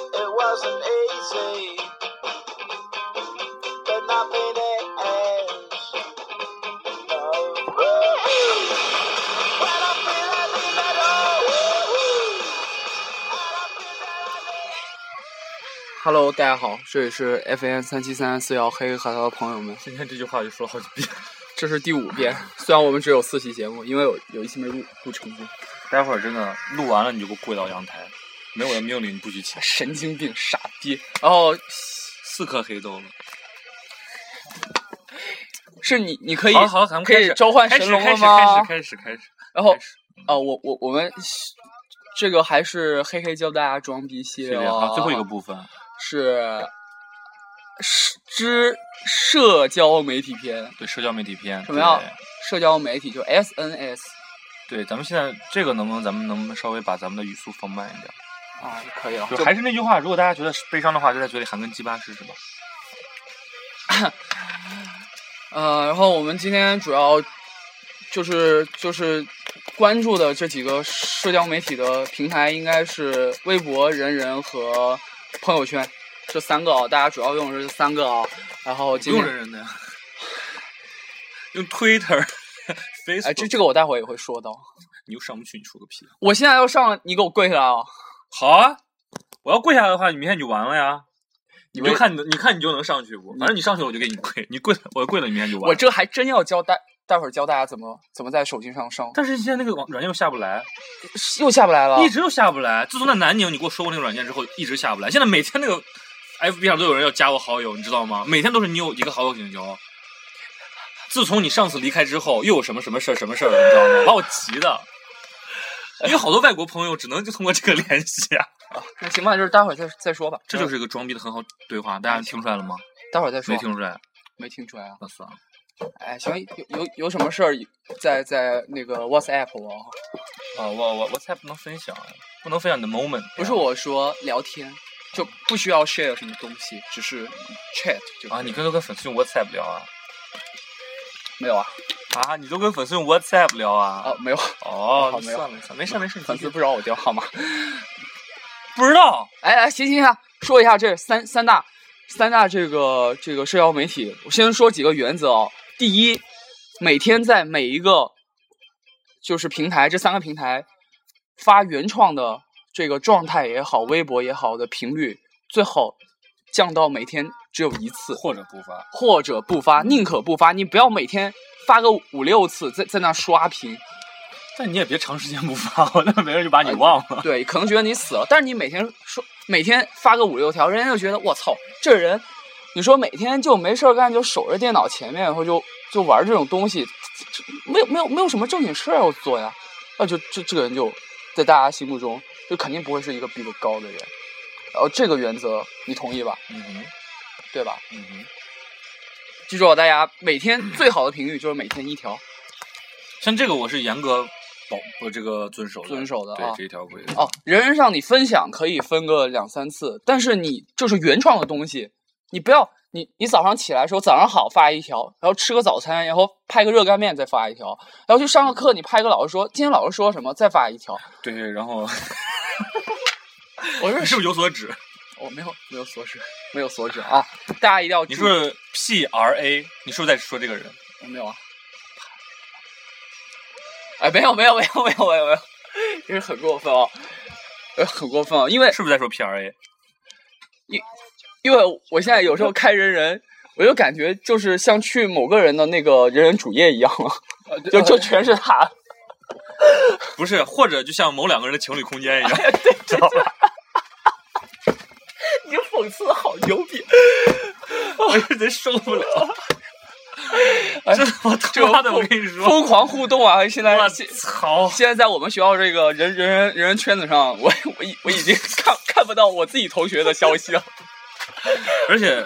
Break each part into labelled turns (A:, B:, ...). A: wasn't easy, but nothing ends. No. Woo-hoo. When I feel every metal, woo-hoo. And I feel that I need-
B: Hello，大家好，这里是 FM 三七三四幺黑和他的朋友们，
C: 今天这句话就说了好几遍。
B: 这是第五遍。虽然我们只有四期节目，因为有有一期没录录成功，
C: 待会儿真的录完了，你就给我跪到阳台，没有我的命令你不许起来。
B: 神经病傻逼。然后
C: 四颗黑豆了，
B: 是你，你可以
C: 好了好了，咱们
B: 可
C: 开
B: 以
C: 始
B: 召唤
C: 开
B: 神
C: 始
B: 龙
C: 开
B: 了
C: 始哦开
B: 吗
C: 始？开始开始。
B: 然后
C: 开始
B: 啊、我我我们这个还是黑黑教大家装逼系
C: 系
B: 列
C: 列
B: 啊
C: 好，最后一个部分，
B: 是是之社交媒体篇，
C: 对社交媒体篇。
B: 什么样社交媒体就 SNS
C: 对？对，咱们现在这个能不能，咱们能不能稍微把咱们的语速放慢一点？
B: 啊，可以了。
C: 就还是那句话，如果大家觉得是悲伤的话，就在嘴里喊根鸡巴试试吧。
B: 呃，然后我们今天主要就是就是关注的这几个社交媒体的平台，应该是微博、人人和朋友圈这三个啊、大家主要用的是这三个啊、然后今天
C: 人的呀，用 Twitter、
B: 哎，这
C: Facebook，
B: 这个我待会儿也会说到。
C: 你又上不去，你说个屁！
B: 我现在要上了，你给我跪下来啊！
C: 好啊，我要跪下来的话，你明天你就完了呀。你
B: 为
C: 就看你，你看你就能上去不？反正你上去我就给你跪，你跪了我跪了，你明天就完了。
B: 我这还真要教大待会儿教大家怎么怎么在手机上上，
C: 但是现在那个网软件又下不来，
B: 又下不来了啊
C: 一。直又下不来。自从在南宁你给我说过那个软件之后，一直下不来。现在每天那个 FB 上都有人要加我好友，你知道吗？每天都是你有一个好友请求。自从你上次离开之后，又有什么什么事儿什么事儿了，你知道吗？把我急的。因为好多外国朋友只能就通过这个联系啊，
B: 那行吧，就是待会儿再再说吧。
C: 这就是一个装逼的很好对话，大家听出来了吗？
B: 待会儿再说。
C: 没听出来，
B: 没听出来啊？
C: 那算了。
B: 哎，行，有有有什么事儿在在那个 WhatsApp 我啊。
C: 啊，我我我才不能分享啊，不能分享你的 moment 呀。
B: 不是我说聊天，就不需要 share 什么东西，只是 chat 就可
C: 啊，
B: 以
C: 你跟都跟粉丝用 WhatsApp 聊啊
B: 没有啊？
C: 啊，你都跟粉丝用 WhatsApp 聊啊
B: 啊，没有，
C: 哦，
B: 好
C: 你
B: 没有
C: 算了算了，没事没事，你
B: 粉
C: 继
B: 丝
C: 续
B: 不找我掉号码。
C: 不知道，
B: 哎哎，行行行，说一下这三三大三大这个这个社交媒体，我先说几个原则啊、第一，每天在每一个就是平台这三个平台发原创的这个状态也好，微博也好的频率，最好降到每天只有一次。
C: 或者不发，
B: 或者不发，宁可不发，你不要每天发个五六次，在在那刷屏。
C: 但你也别长时间不发， 我那没人就把你忘了。
B: 对，可能觉得你死了，但是你每天说每天发个五六条，人家就觉得我操，这人，你说每天就没事儿干，就守着电脑前面，然后就就玩这种东西，这这没有没有没有什么正经事儿要做呀，那就这这个人就在大家心目中就肯定不会是一个逼格高的人。然后这个原则你同意吧？
C: 嗯哼，
B: 对吧？
C: 嗯哼，
B: 记住啊，大家每天最好的频率就是每天一条。
C: 像这个我是严格保我这个遵守的
B: 遵守的
C: 对
B: 啊
C: 这一条规则。
B: 哦，人人上你分享可以分个两三次，但是你这是原创的东西，你不要你你早上起来说早上好发一条，然后吃个早餐，然后拍个热干面再发一条，然后去上个课你拍个老师说今天老师说什么再发一条，
C: 对，然后
B: 我说
C: 是不是有所指？
B: 我没有没有所指没有所指啊，大家一定要
C: 你
B: 注
C: 是不
B: 意，
C: 是 P R A？你是不是在说这个人？
B: 我没有啊，哎没有没有没有没有没有没 有，这是很过分啊， 呃很过分啊，因为
C: 是不是在说 P R A？
B: 因为我现在有时候开人人，我就感觉就是像去某个人的那个人人主页一样了， 就就全是他。
C: 不是，或者就像某两个人的情侣空间一样，知道吧？
B: 你讽刺的好牛逼！
C: 我有点受不了。真的，我
B: 哎这个
C: 他妈的，
B: 疯
C: 我跟你 说，
B: 疯狂互动啊！现在
C: 我
B: 现
C: 操！
B: 现在在我们学校这个人人人人人圈子上，我我已我已经看看不到我自己同学的消息了。
C: 而且，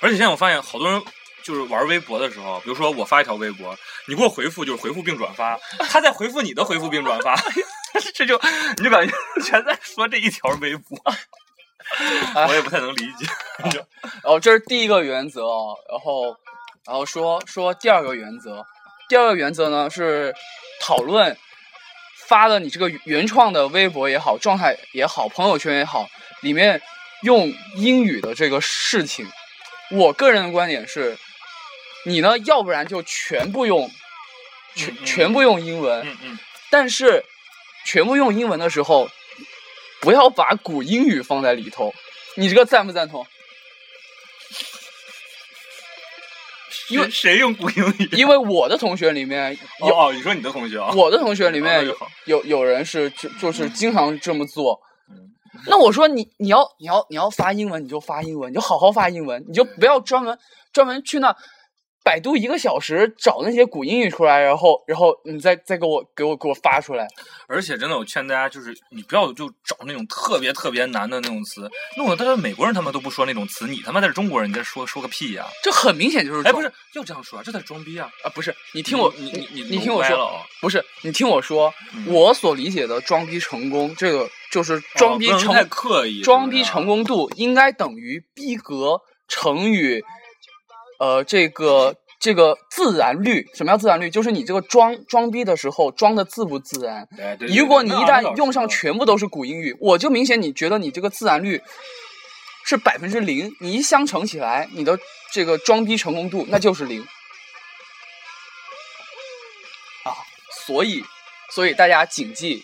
C: 而且现在我发现好多人就是玩微博的时候，比如说我发一条微博，你给我回复就是回复并转发，他在回复你的回复并转发， 这就你就感觉 全在说这一条 微博，
B: 哎
C: 我也不太能理解。
B: 然哦后这是第一个原则啊，然后然后说说第二个原则，第二个原则呢是讨论发了你这个原创的微博也好，状态也好，朋友圈也好，里面用英语的这个事情，我个人的观点是，你呢，要不然就全部用，全、
C: 嗯嗯
B: 全部用英文，
C: 嗯嗯，
B: 但是全部用英文的时候，不要把古英语放在里头。你这个赞不赞同？因为
C: 谁谁用古英语？
B: 因为我的同学里面有，
C: 哦，哦你说你的同学啊？
B: 我的同学里
C: 哦那
B: 面
C: 就
B: 有嗯
C: 好
B: 有有人是就就是经常这么做
C: 嗯。
B: 那我说你你要你要你要发英文你就发英文，你就好好发英文，你就不要专门专门去那百度一个小时找那些古英语出来，然后然后你再再给我给我给我发出来。
C: 而且真的，我劝大家就是，你不要就找那种特别特别难的那种词，弄得他们美国人他们都不说那种词，你他妈在中国人，你在说说个屁呀、
B: 这很明显就是
C: 哎，
B: 装
C: 不是，要这样说啊，这才是装逼啊！
B: 啊，不是你听我
C: 你你
B: 你听我
C: 歪
B: 说
C: 了啊
B: 不是你听我说，
C: 嗯
B: 我所理解的装逼成功，这个就是装逼
C: 哦不能
B: 成、
C: 太刻意，
B: 装逼成功
C: 功。
B: 度应该等于逼格乘以呃这个这个自然率。什么叫自然率？就是你这个装装逼的时候装的自不自然。
C: 哎对对对
B: 如果你一
C: 那啊
B: 旦
C: 老师
B: 用上
C: 说
B: 全部都是古英语，我就明显你觉得你这个自然率是百分之零，你一相乘起来，你的这个装逼成功度那就是零啊。所以，所以大家谨记，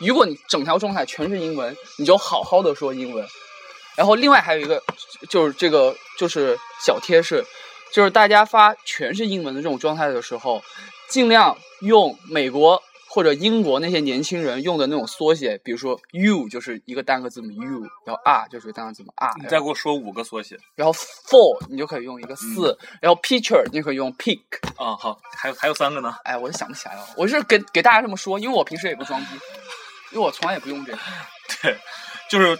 B: 如果你整条状态全是英文，你就好好的说英文。然后另外还有一个就是这个就是小贴士，就是大家发全是英文的这种状态的时候，尽量用美国或者英国那些年轻人用的那种缩写，比如说 U 就是一个单个字母 U，然后 R 就是一个单个字母 R，
C: 你再给我说五个缩写
B: 然后 Four 你就可以用一个四、然后 Picture 你就可以用 Pick。
C: 啊！好，还有还有三个呢。
B: 哎，我都想不起来了，我是给给大家这么说，因为我平时也不装逼，因为我从来也不用这个。
C: 对，就是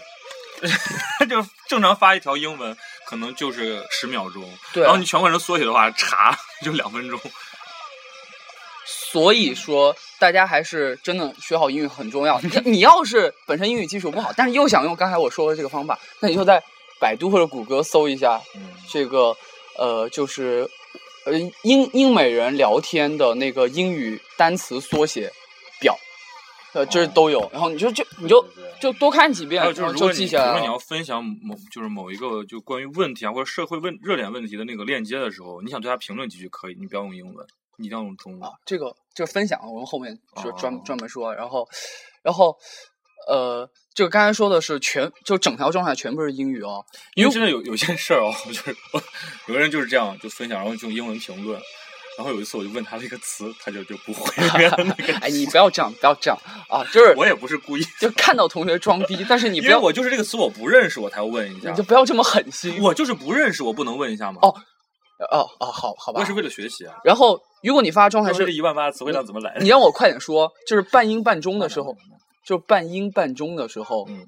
C: 就是正常发一条英文，可能就是十秒钟。
B: 对啊
C: 然后你全换成缩写的话，查 就两分钟。
B: 所以说，大家还是真的学好英语很重要。你你要是本身英语基础不好，但是又想用刚才我说的这个方法，那你就在百度或者谷歌搜一下
C: 嗯，
B: 这个，呃，就是呃英英美人聊天的那个英语单词缩写表，呃，这
C: 哦
B: 都有。然后你就就你就
C: 对对
B: 就多看几遍，
C: 还有
B: 然
C: 就
B: 后
C: 是，如
B: 呃就
C: 果你
B: 记
C: 比
B: 下啊
C: 如
B: 来
C: 说你
B: 了。
C: 要分享某就是某一个就关于问题啊或者社会问热点问题的那个链接的时候，你想对他评论几句可以，你不要用英文，你一定要用中文
B: 啊。，这个这个分享我们后面就专、
C: 哦
B: 专门说，然后，然后，呃，就刚才说的是全就整条状态全部是英语哦，
C: 因为真的有有件事儿哦，就是我有个人就是这样就分享，然后就用英文评论。然后有一次我就问他这个词，他就就 不会那个。
B: 哎，你不要这样，不要这样啊！就是
C: 我也不是故意，
B: 就看到同学装逼，但是你
C: 因
B: 不
C: 为
B: 要，
C: 我就是这个词我不认识，我才问一下
B: 你就。不要这么狠心。
C: 我就是不认识，我不能问一下吗？
B: 哦哦哦，好好
C: 我
B: 吧
C: 也是。为了学习啊。
B: 然后，如果你发的状态
C: 还是这
B: 是，
C: 一万八词汇量怎么来的？
B: 你让我快点说，就是半音半钟的 时候，就半音半钟的时候，
C: 嗯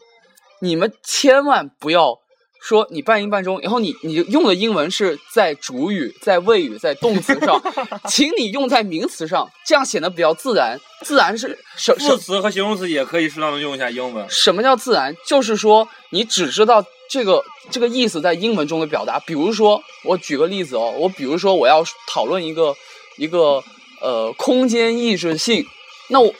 B: 你们千万不要说你半音半钟，然后你你用的英文是在主语、在谓语、在动词上，请你用在名词上，这样显得比较自然。自然是什什
C: 副词和形容词也可以适当的用一下英文。
B: 什么叫自然？就是说你只知道这个这个意思在英文中的表达。比如说，我举个例子哦，我比如说我要讨论一个一个呃空间意志性，那我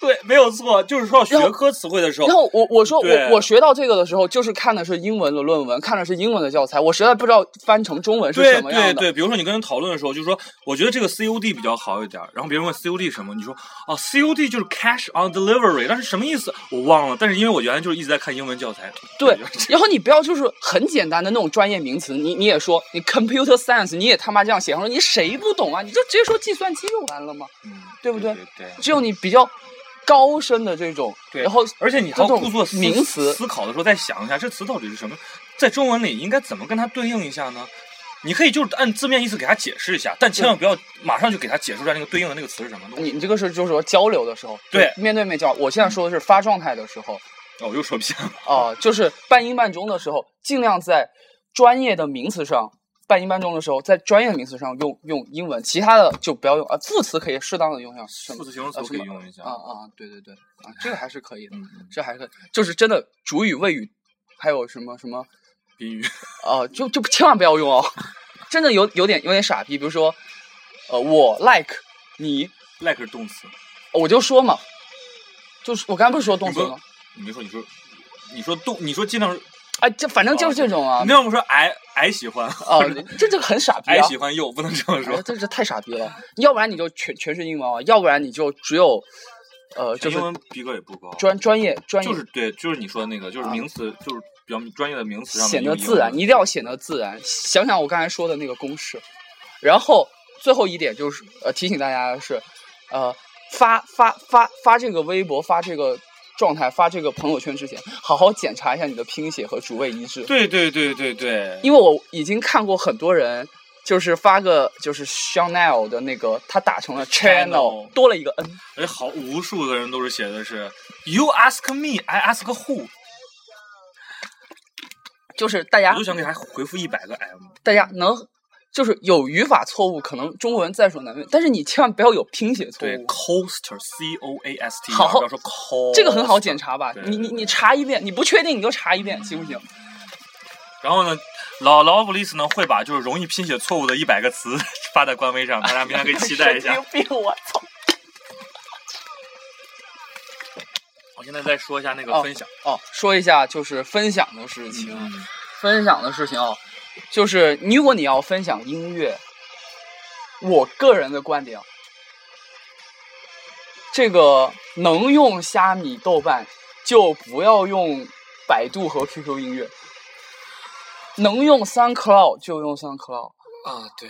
C: 对，没有错，就是说到
B: 然后
C: 学科词汇的时候
B: 然，后我我说
C: 对
B: 我我学到这个的时候，就是看的是英文的论文，看的是英文的教材，我实在不知道翻成中文是
C: 对
B: 什么样
C: 对
B: 的。
C: 对，比如说你跟人讨论的时候，就说我觉得这个 COD 比较好一点儿，然后别人问 COD 什么，你说啊 COD 就是 cash on delivery，但是什么意思我忘了，但是因为我原来就是一直在看英文教材，
B: 对然后你不要就是很简单的那种专业名词，你你也说你 computer science，你也他妈这样写，我说你谁不懂啊？你就直接说计算机就完了嘛。
C: 嗯，
B: 对不对
C: 对？对
B: 只有你比较高深的这种，
C: 对
B: 然后
C: 而且你还要
B: 这种
C: 故作思
B: 名词
C: 思考的时候，再想一下这词到底是什么，在中文里应该怎么跟它对应一下呢？你可以就是按字面意思给它解释一下，但千万不要马上就给它解释出来那个对应的那个词是什么东西。
B: 你你这个是就是说交流的时候，
C: 对
B: 就面对面交流。我现在说的是发状态的时候，
C: 哦，我又说偏了。
B: 啊、就是半音半钟的时候，尽量在专业的名词上，半音半钟的时候，在专业的名词上用用英文，其他的就不要用啊。副词可以适当的用上，什么
C: 副词、形容词
B: 啊
C: 我
B: 什
C: 可以
B: 么
C: 用一下。
B: 啊啊，对对对，啊，这个还是可以的，
C: 嗯，嗯
B: 这还是可以就是真的主语、谓语，还有什么什么
C: 宾语。
B: 啊、就就千万不要用哦， 真的有有点有点傻逼。比如说，呃，我 like 你，
C: like 是动词，
B: 我就说嘛，就是我刚才不是说动
C: 你
B: 词
C: 不
B: 吗？
C: 你没说，你说你说动，你说尽量，
B: 哎，这反正就是这种啊
C: 哦你，要不说矮矮喜欢，
B: 啊，这这个很傻逼
C: 矮
B: 啊。
C: 喜欢右，不能这么
B: 哎
C: 说。
B: 这这太傻逼了！要不然你就全全是英文啊，要不然你就只有，呃，就
C: 英
B: 是
C: 文逼格也不高，
B: 专专业专业，啊
C: 就是对，就是你说的那个，就是名词，就是比较专业的名词上面
B: 显
C: 有
B: 得
C: 英啊
B: 自然，
C: 文
B: 你一定要显得自然。想想我刚才说的那个公式，然后最后一点就是呃提醒大家的是，呃发发发发这个微博发这个状态发这个朋友圈之前，好好检查一下你的拼写和主谓一致。
C: 对对对对对，
B: 因为我已经看过很多人，就是发个就是 Chanel 的那个，他打成了
C: Channel
B: Channel，多了一个 N。
C: 而且好无数的人都是写的是 “You ask me, I ask who”，
B: 就是大家
C: 我就想给他回复一百个 M。
B: 大家能，就是有语法错误，可能中文在所难免，但是你千万不要有拼写错
C: 对
B: 误。
C: ，coaster c o a s t，
B: 好
C: 不要说 coast，
B: 这个很好检。查吧
C: 对？
B: 你你你查一遍，你不确定你就查一遍，行不行？
C: 然后呢，老老布里斯呢会把就是容易拼写错误的一百个词发在官微上，大家明天可以期待一下
B: 神。经病，我操！
C: 我现在再说一下那个
B: 哦
C: 分享，
B: 哦，说一下就是分享的事情，
C: 嗯，
B: 分享的事情哦，就是如果你要分享音乐，我个人的观点啊，这个能用虾米、豆瓣就不要用百度和 QQ 音乐，能用 SoundCloud 就用 SoundCloud，
C: 啊，对，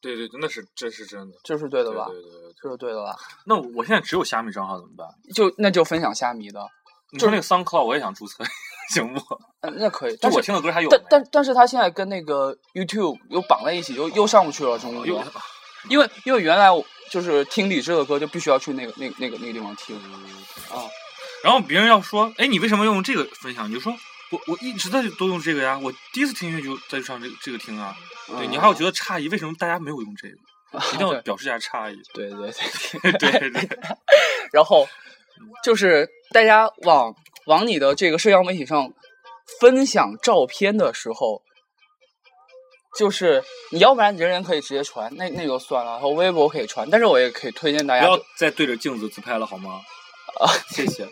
C: 对对对，那是这是真的，
B: 这是对的吧？
C: 对对对对。
B: 这是对的吧？
C: 那我现在只有虾米账号怎么办？
B: 就那就分享虾米的，
C: 你说那个 SoundCloud 我也想注册， 行不？
B: 嗯，那可以。
C: 就
B: 但
C: 我
B: 是
C: 听的歌还有没
B: 但但但是他现在跟那个 YouTube 又绑在一起，又又上不去了中国。
C: 有
B: 因为因为原来我就是听李志的歌，就必须要去那个那个那个那个地方听啊。
C: 然后别人要说，哎，你为什么要用这个分享？你就说我我一直在都用这个呀，我第一次听音乐就在上这个这个听啊。
B: 嗯
C: 对，你还有觉得诧异，为什么大家没有用 这个？一定要表示一下诧异。
B: 对对对对。
C: 对对对，
B: 然后就是大家往往你的这个社交媒体上分享照片的时候，就是你要不然人人可以直接传，那那就算了。然后微博可以传，但是我也可以推荐大
C: 不
B: 家
C: 要再对着镜子自拍了好吗？
B: 哎啊，
C: 谢谢。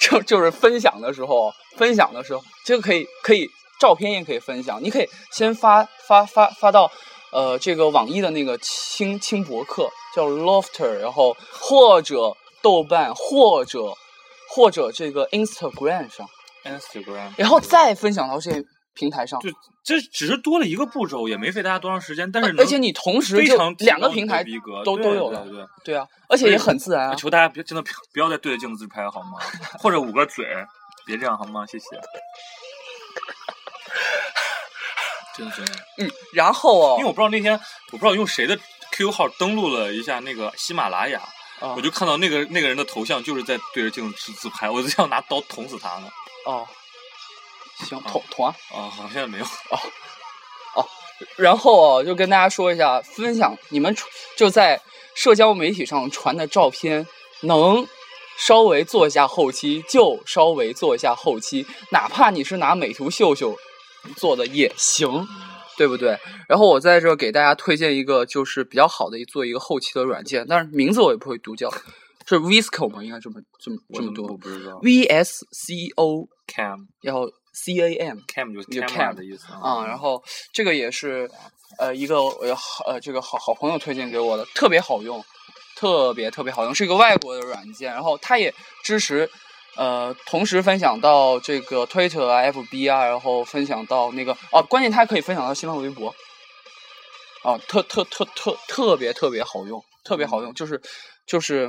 B: 就就是分享的时候，分享的时候就可以可以照片也可以分享，你可以先发发发发到呃这个网易的那个轻轻博客叫 Lofter，然后或者豆瓣或者或者这个 Instagram 上，
C: Instagram，
B: 然后再分享到这些平台上。
C: 就这只是多了一个步骤，也没费大家多长时间，但是
B: 而且你同时
C: 非
B: 就
C: 常
B: 两个平台
C: 逼格
B: 都都有了
C: 对对。
B: 对啊，而且也很自然啊
C: 我。求大家别真的不要再对着镜子自拍好吗？或者捂个嘴，别这样好吗？谢 谢。真的真的，
B: 嗯，然后哦，
C: 因为我不知道那天我不知道用谁的 QQ 号登录了一下那个喜马拉雅，
B: 啊
C: 我就看到那个那个人的头像就是在对着镜子自自拍，我就想拿刀捅死他呢。
B: 哦，行，捅捅啊。
C: 啊、好像现在没有。
B: 然后啊，就跟大家说一下，分享你们传就在社交媒体上传的照片，能稍微做一下后期就稍微做一下后期，哪怕你是拿美图秀秀做的也行，对不对？然后我在这儿给大家推荐一个就是比较好的做一个后期的软件，但是名字我也不会读叫，是 Visco 吗？应该这么这么 这么
C: 我
B: 读
C: 不知道。
B: ，V S C O，
C: Cam
B: 然后 C A M。
C: Cam 就是
B: 有
C: camera
B: cam
C: 的意思
B: 啊、然后这个也是，呃，一个我有好呃这个好好朋友推荐给我的，特别好用，特别特别好用，是一个外国的软件，然后它也支持，呃，同时分享到这个 Twitter 啊、FB 啊，然后分享到那个哦、关键它可以分享到新浪微博，啊、特特特特特别特别好用，特别好用，就是就是。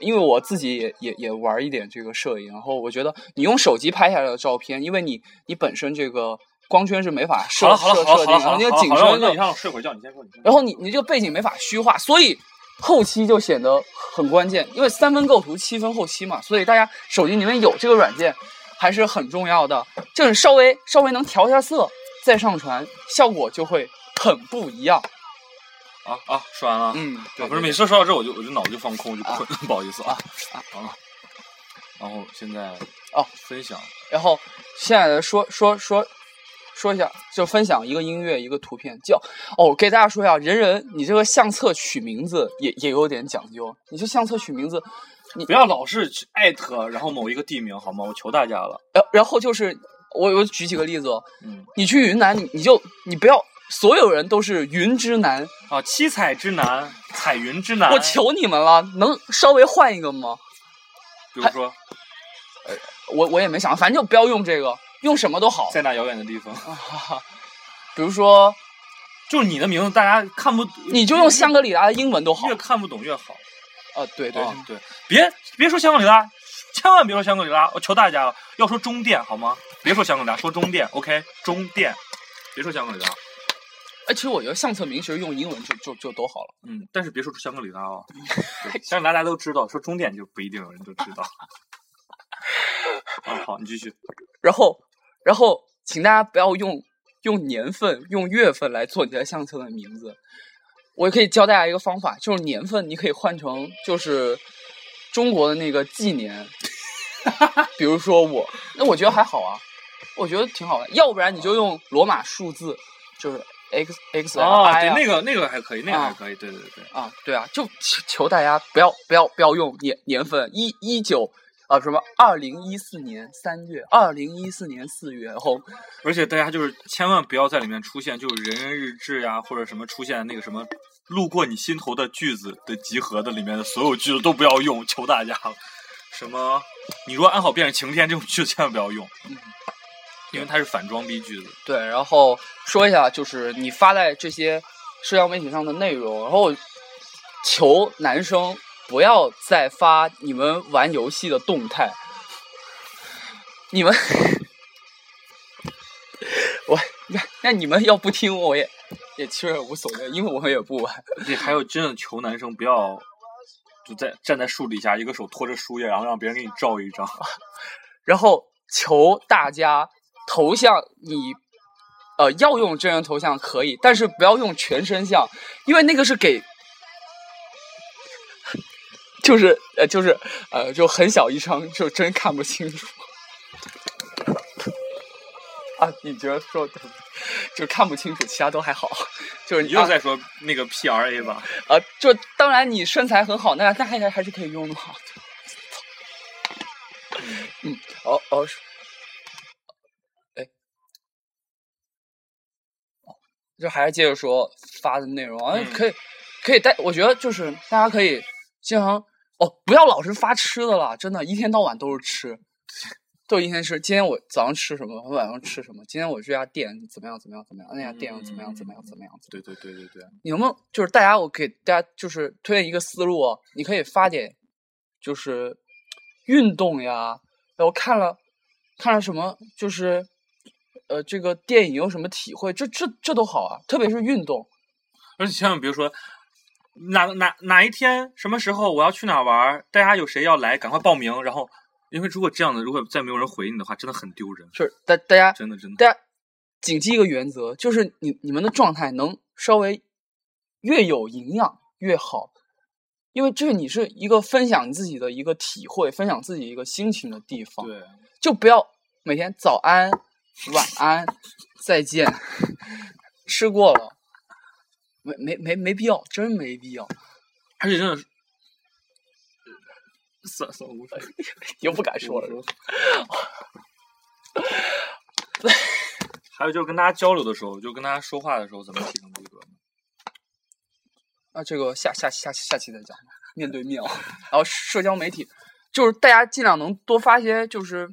B: 因为我自己也也也玩一点这个摄影，然后我觉得你用手机拍下来的照片，因为你你本身这个光圈是没法
C: 好
B: 设
C: 了好
B: 设
C: 了好
B: 设
C: 了
B: 定的，然
C: 好了
B: 后
C: 好
B: 那个
C: 了，
B: 景
C: 好了，
B: 深
C: 那
B: 就
C: 你让我睡会儿觉，你先说，你先说。
B: 然后你你这个背景没法虚化，所以后期就显得很关键，因为三分构图七分后期嘛，所以大家手机里面有这个软件还是很重要的，就是稍微稍微能调一下色再上传，效果就会很不一样。
C: 啊啊，说完了。
B: 嗯，
C: 啊
B: 对，
C: 不是
B: 对
C: 每次说到这儿，我就我就脑子就放空，我就
B: 啊
C: 困， 不好意思啊
B: 啊
C: 啊。然后现在
B: 哦，
C: 分享
B: 然后现在说说说说一下，就分享一个音乐一个图片，叫哦，给大家说一下，人人你这个相册取名字也也有点讲究，你这相册取名字，你
C: 不要老是去艾特然后某一个地名好吗？我求大家了。
B: 然呃然后就是我我举几个例子，哦，
C: 嗯
B: 你去云南，你你就你不要。所有人都是云之南，
C: 啊，七彩之南，彩云之南。
B: 我，求你们了，能稍微换一个吗？
C: 比如说
B: 我我也没想，反正就不要用这个，用什么都好。
C: 在那遥远的地方，
B: 比如说，
C: 就是你的名字大家看不，
B: 你就用香格里拉的英文都好。
C: 越看不懂越好。
B: 啊，对对，
C: 啊对，别别说香格里拉，千万别说香格里拉，我求大家了，要说中甸好吗？别说香格里拉，啊说中甸，OK，中甸，别说香格里啊拉，
B: 哎，其实我觉得相册名其实用英文就就就都好了。
C: 嗯，但是别说出香格里拉哦， 对香格里拉大家都知道，说中甸就不一定有人都知道。啊，好，你继续。
B: 然后，然后，请大家不要用用年份、用月份来做你的相册的名字。我可以教大家一个方法，就是年份你可以换成就是中国的那个纪 年，比如说我，那我觉得还好啊，我觉得挺好的。要不然你就用罗马数字，就是 x x 啊
C: 啊，
B: i
C: 对，
B: 啊
C: 那个那个还可以，那个还
B: 啊
C: 可以，对对对。
B: 啊，对啊，就求求大家不要不要不要用年年份一一九啊什么二零一四年三月，二零一四年四月，然后
C: 而且大家就是千万不要在里面出现，就是人人日志呀、或者什么出现那个什么路过你心头的句子的集合的里面的所有句子都不要用，求大家了。什么？你如果安好变成晴天这种句子千万不要用，因为它是反装逼句子。
B: 对，然后说一下就是你发在这些社交媒体上的内容，然后求男生不要再发你们玩游戏的动态，你们 我那那你们要不听我也也其实也无所谓，因为我也不玩。
C: 对，还有真的求男生不要就在站在树底下，一个手托着树叶，然后让别人给你照一张。
B: 然后求大家头像你。呃，要用真人头像可以，但是不要用全身像，因为那个是给，就是呃，就是呃，就很小一张，就真看不清楚。啊，你觉得说对不对，就看不清楚，其他都还好，就是
C: 你
B: 啊
C: 又在说那个 P R A 吧？
B: 啊，就当然你身材很好，那那还还是可以用的嘛。嗯，哦哦是，哎，就还是接着说发的内容啊，
C: 嗯
B: 可以可以带，我觉得就是大家可以经常哦，不要老是发吃的了，真的，一天到晚都是吃。都是一天吃，今天我早上吃什么，晚上吃什么？今天我这家店怎么样？怎么样？怎么样？那家店又怎么样？怎么样？怎么样？
C: 嗯对对对对对，
B: 你能不能就是大家，我给大家就是推荐一个思路哦，你可以发点就是运动呀，然后看了看了什么，就是呃这个电影有什么体会，这这这都好啊，特别是运动，
C: 而且千万别说哪哪哪一天什么时候我要去哪儿玩儿，大家有谁要来，赶快报名。然后，因为如果这样的，如果再没有人回你的话，真的很丢人，
B: 就是大大家
C: 真的真的。
B: 大家谨记一个原则，就是你你们的状态能稍微越有营养越好，因为这个你是一个分享你自己的一个体会，分享自己一个心情的地方。
C: 对，
B: 就不要每天早安、晚安、再见，吃过了，没没没没必要，真没必要，
C: 而且真的是， 算算了无说，
B: 又不敢哎说了。
C: 还有就是跟大家交流的时候，就跟大家说话的时候，怎么提升规格？
B: 那啊这个下下下下期再讲 吧，面对面哦。然后社交媒体，就是大家尽量能多发一些就是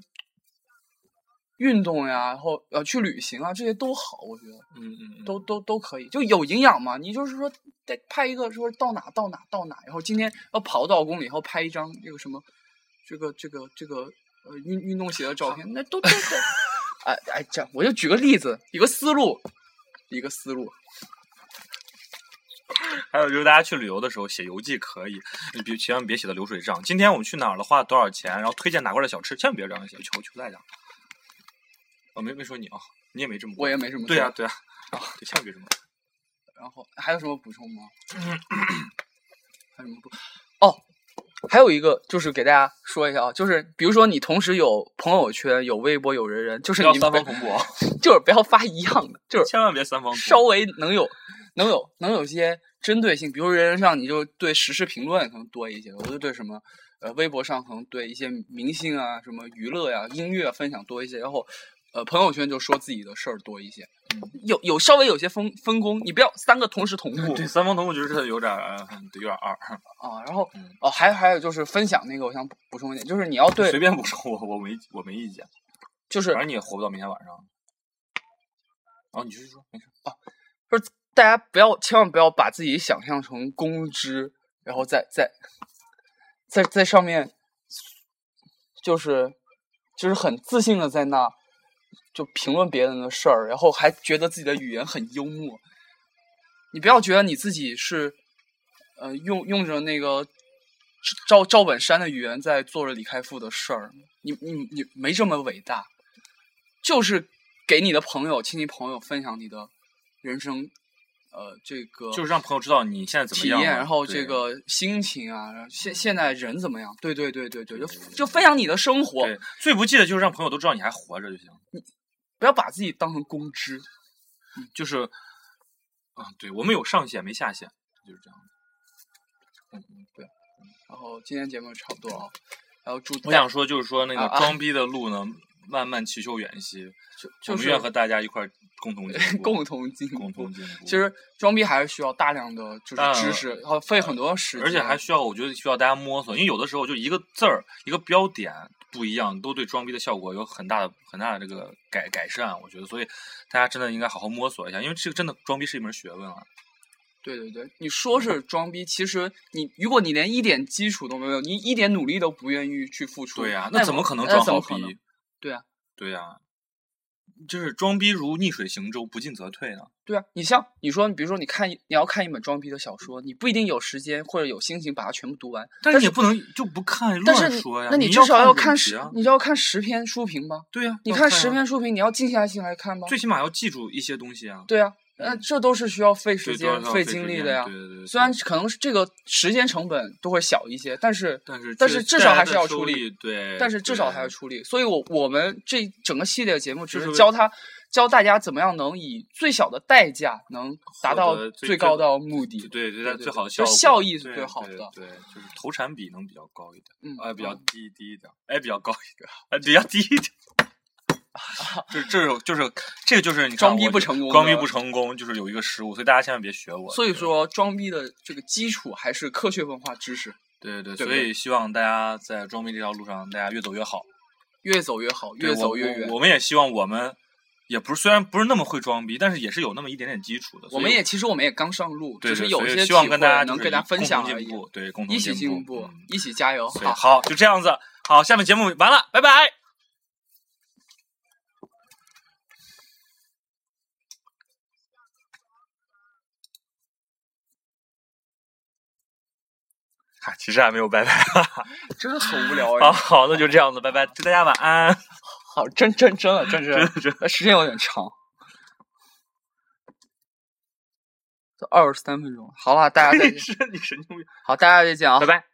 B: 运动呀，然后呃去旅行啊，这些都好，我觉得。
C: 嗯嗯，
B: 都都都可以，就有营养嘛。你就是说，再拍一个说到哪到哪到哪，然后今天要跑多少公里，然后拍一张这个什么，这个这个这个呃运运动鞋的照片，那都都 可以。哎哎，这样我就举个例子，一个思路，一个思路。
C: 还有就是大家去旅游的时候写游记可以，你别千万别写的流水账。今天我们去哪儿了，花了多少钱，然后推荐哪块儿的小吃，千万别这样写，求求大家。我、没没说你啊、你也没这么过，
B: 我也没什么
C: 对呀、
B: 说
C: 对呀、啊，对，千万别这么干。
B: 然后还有什么补充 吗？还有什么补？哦，还有一个就是给大家说一下啊，就是比如说你同时有朋友圈、有微博、有人人，就是
C: 不
B: 你
C: 要
B: 不
C: 三方同 步啊，
B: 就是不要发一样的，就是
C: 千万别三方同
B: 稍
C: 步。
B: 微能有能有能有些针对性，比如人人上你就对时事评论可能多一些，我就对什么呃微博上可能对一些明星啊、什么娱乐呀、音乐啊分享多一些，然后呃朋友圈就说自己的事儿多一些，
C: 嗯
B: 有有稍微有些分分工，你不要三个同时同步
C: 对，三方同步就是有点儿，嗯对有点儿二，
B: 啊。然后
C: 嗯
B: 哦，还还有就是分享那个，我想补补充一点，就是你要对
C: 随，便补充，我我没我没意见，
B: 就是
C: 反正你也活不到明天晚上。哦，你继续说，没事。
B: 大家不要千万不要把自己想象成公知，然后在在在在上面，就是就是很自信的在那就评论别人的事儿，然后还觉得自己的语言很幽默。你不要觉得你自己是呃用用着那个赵赵本山的语言在做着李开复的事儿，你你你没这么伟大，就是给你的朋友、亲戚朋友分享你的人生，呃，这个
C: 就是让朋友知道你现在怎么
B: 体
C: 样
B: 验，
C: 了，
B: 然后这
C: 对
B: 个心情啊，然后现现在人怎么样？对对对对对，就
C: 对对对
B: 就分享你的生活，
C: 对最不济的就是让朋友都知道你还活着就行。
B: 不要把自己当成公知。
C: 就是，啊，
B: 嗯
C: 对我们有上限没下限，就是这样。
B: 然后今天节目差不多啊，然后祝
C: 我想说就是说那
B: 啊啊
C: 个装逼的路呢，漫漫其修远兮，
B: 就
C: 我
B: 就
C: 们
B: 是
C: 愿和大家一块儿共同进步
B: 共同进
C: 共
B: 步
C: 同。进步。
B: 其，实装逼还是需要大量的就
C: 当
B: 是
C: 然
B: 知
C: 了
B: 识，然后费很多时间，
C: 而且还需要，我觉得需要大家摸索，因为有的时候就一个字儿、一个标点不一样，都对装逼的效果有很大的、很大的这个改改善。我觉得，所以大家真的应该好好摸索一下，因为这个真的装逼是一门学问啊。
B: 对对对，你说是装逼，其实你如果你连一点基础都没有，你一点努力都不愿意去付出，
C: 对呀、
B: 那
C: 那怎么可能
B: 那
C: 装
B: 怎
C: 好
B: 么可能
C: 逼？
B: 对啊，
C: 对呀、就是装逼如逆水行舟，不进则退呢。
B: 对啊，你像你说，比如说你看一你要看一本装逼的小说，你不一定有时间或者有心情把它全部读完，但
C: 但是
B: 是
C: 你不能就不看
B: 但是
C: 乱
B: 你
C: 说呀。
B: 那
C: 你
B: 至少要
C: 看
B: 看
C: 主题
B: 十
C: 啊，
B: 你就要看十篇书评吧？
C: 对呀，
B: 你
C: 要
B: 看
C: 看
B: 十
C: 啊，
B: 篇书评，你要静下心来看吧？
C: 最起码要记住一些东西啊。
B: 对啊，那这都是需要费时
C: 对，
B: 间
C: 多、少
B: 费
C: 时
B: 精力
C: 间
B: 的呀。
C: 对对对。
B: 虽然
C: 对
B: 可能是这个时间成本都会小一些，但是
C: 但是
B: 但
C: 这
B: 是至
C: 带
B: 少
C: 来
B: 还
C: 的
B: 是要
C: 收
B: 出力
C: 益，对，
B: 但是至少
C: 对
B: 还要出力。所以我，我们这整个系列节目只
C: 就是是为
B: 教他教大家怎么样能以最小的代价能达
C: 获
B: 到
C: 得最
B: 最
C: 最
B: 高
C: 的
B: 的目的。
C: 对对
B: 对
C: 对，
B: 对
C: 最好的
B: 就
C: 效
B: 是
C: 果
B: 效益是
C: 对
B: 最好
C: 对
B: 的
C: 对，就是投产比能比较高一点，
B: 嗯，
C: 呃，比较
B: 嗯
C: 低低一点，哎，比较高一点，哎，比较 低一点。这这种就是这个就是你看
B: 装逼
C: 我
B: 不
C: 就
B: 成功
C: 装逼
B: 的
C: 不成功就是有一个失误，所以大家千万别学我。
B: 所以
C: 对
B: 说，装逼的这个基础还是科学文化知识，
C: 对
B: 对
C: 对，对，
B: 不
C: 所
B: 对
C: 以希望大家在装逼这条路上，大家越走越好，
B: 越走越好，
C: 对
B: 越
C: 我
B: 走越
C: 我
B: 远。
C: 我们也希望我们也不是虽然不是那么会装逼，但是也是有那么一点点基础的。所
B: 我
C: 以
B: 们也其实我们也刚上路，
C: 对
B: 只
C: 对
B: 是
C: 所
B: 有
C: 以
B: 些
C: 希望
B: 体
C: 跟
B: 会
C: 大家就
B: 能
C: 是
B: 跟大家分
C: 共
B: 享
C: 同
B: 而已
C: 进。步，对，共同
B: 一起进步
C: 步。，嗯
B: 一起加油！
C: 所以
B: 好，
C: 好，就这样子。好，下面节目完了，拜拜。啊，其实还没有拜拜
B: 真的很无 聊
C: 啊！
B: 哎。
C: 好，那就这样子，拜拜，祝大家晚安。
B: 好，真真真的，真 是时间有点长，都二十三分钟了。好了，大家再
C: 你
B: 见。
C: 是你神经病，
B: 好，大家再见啊！
C: 拜拜。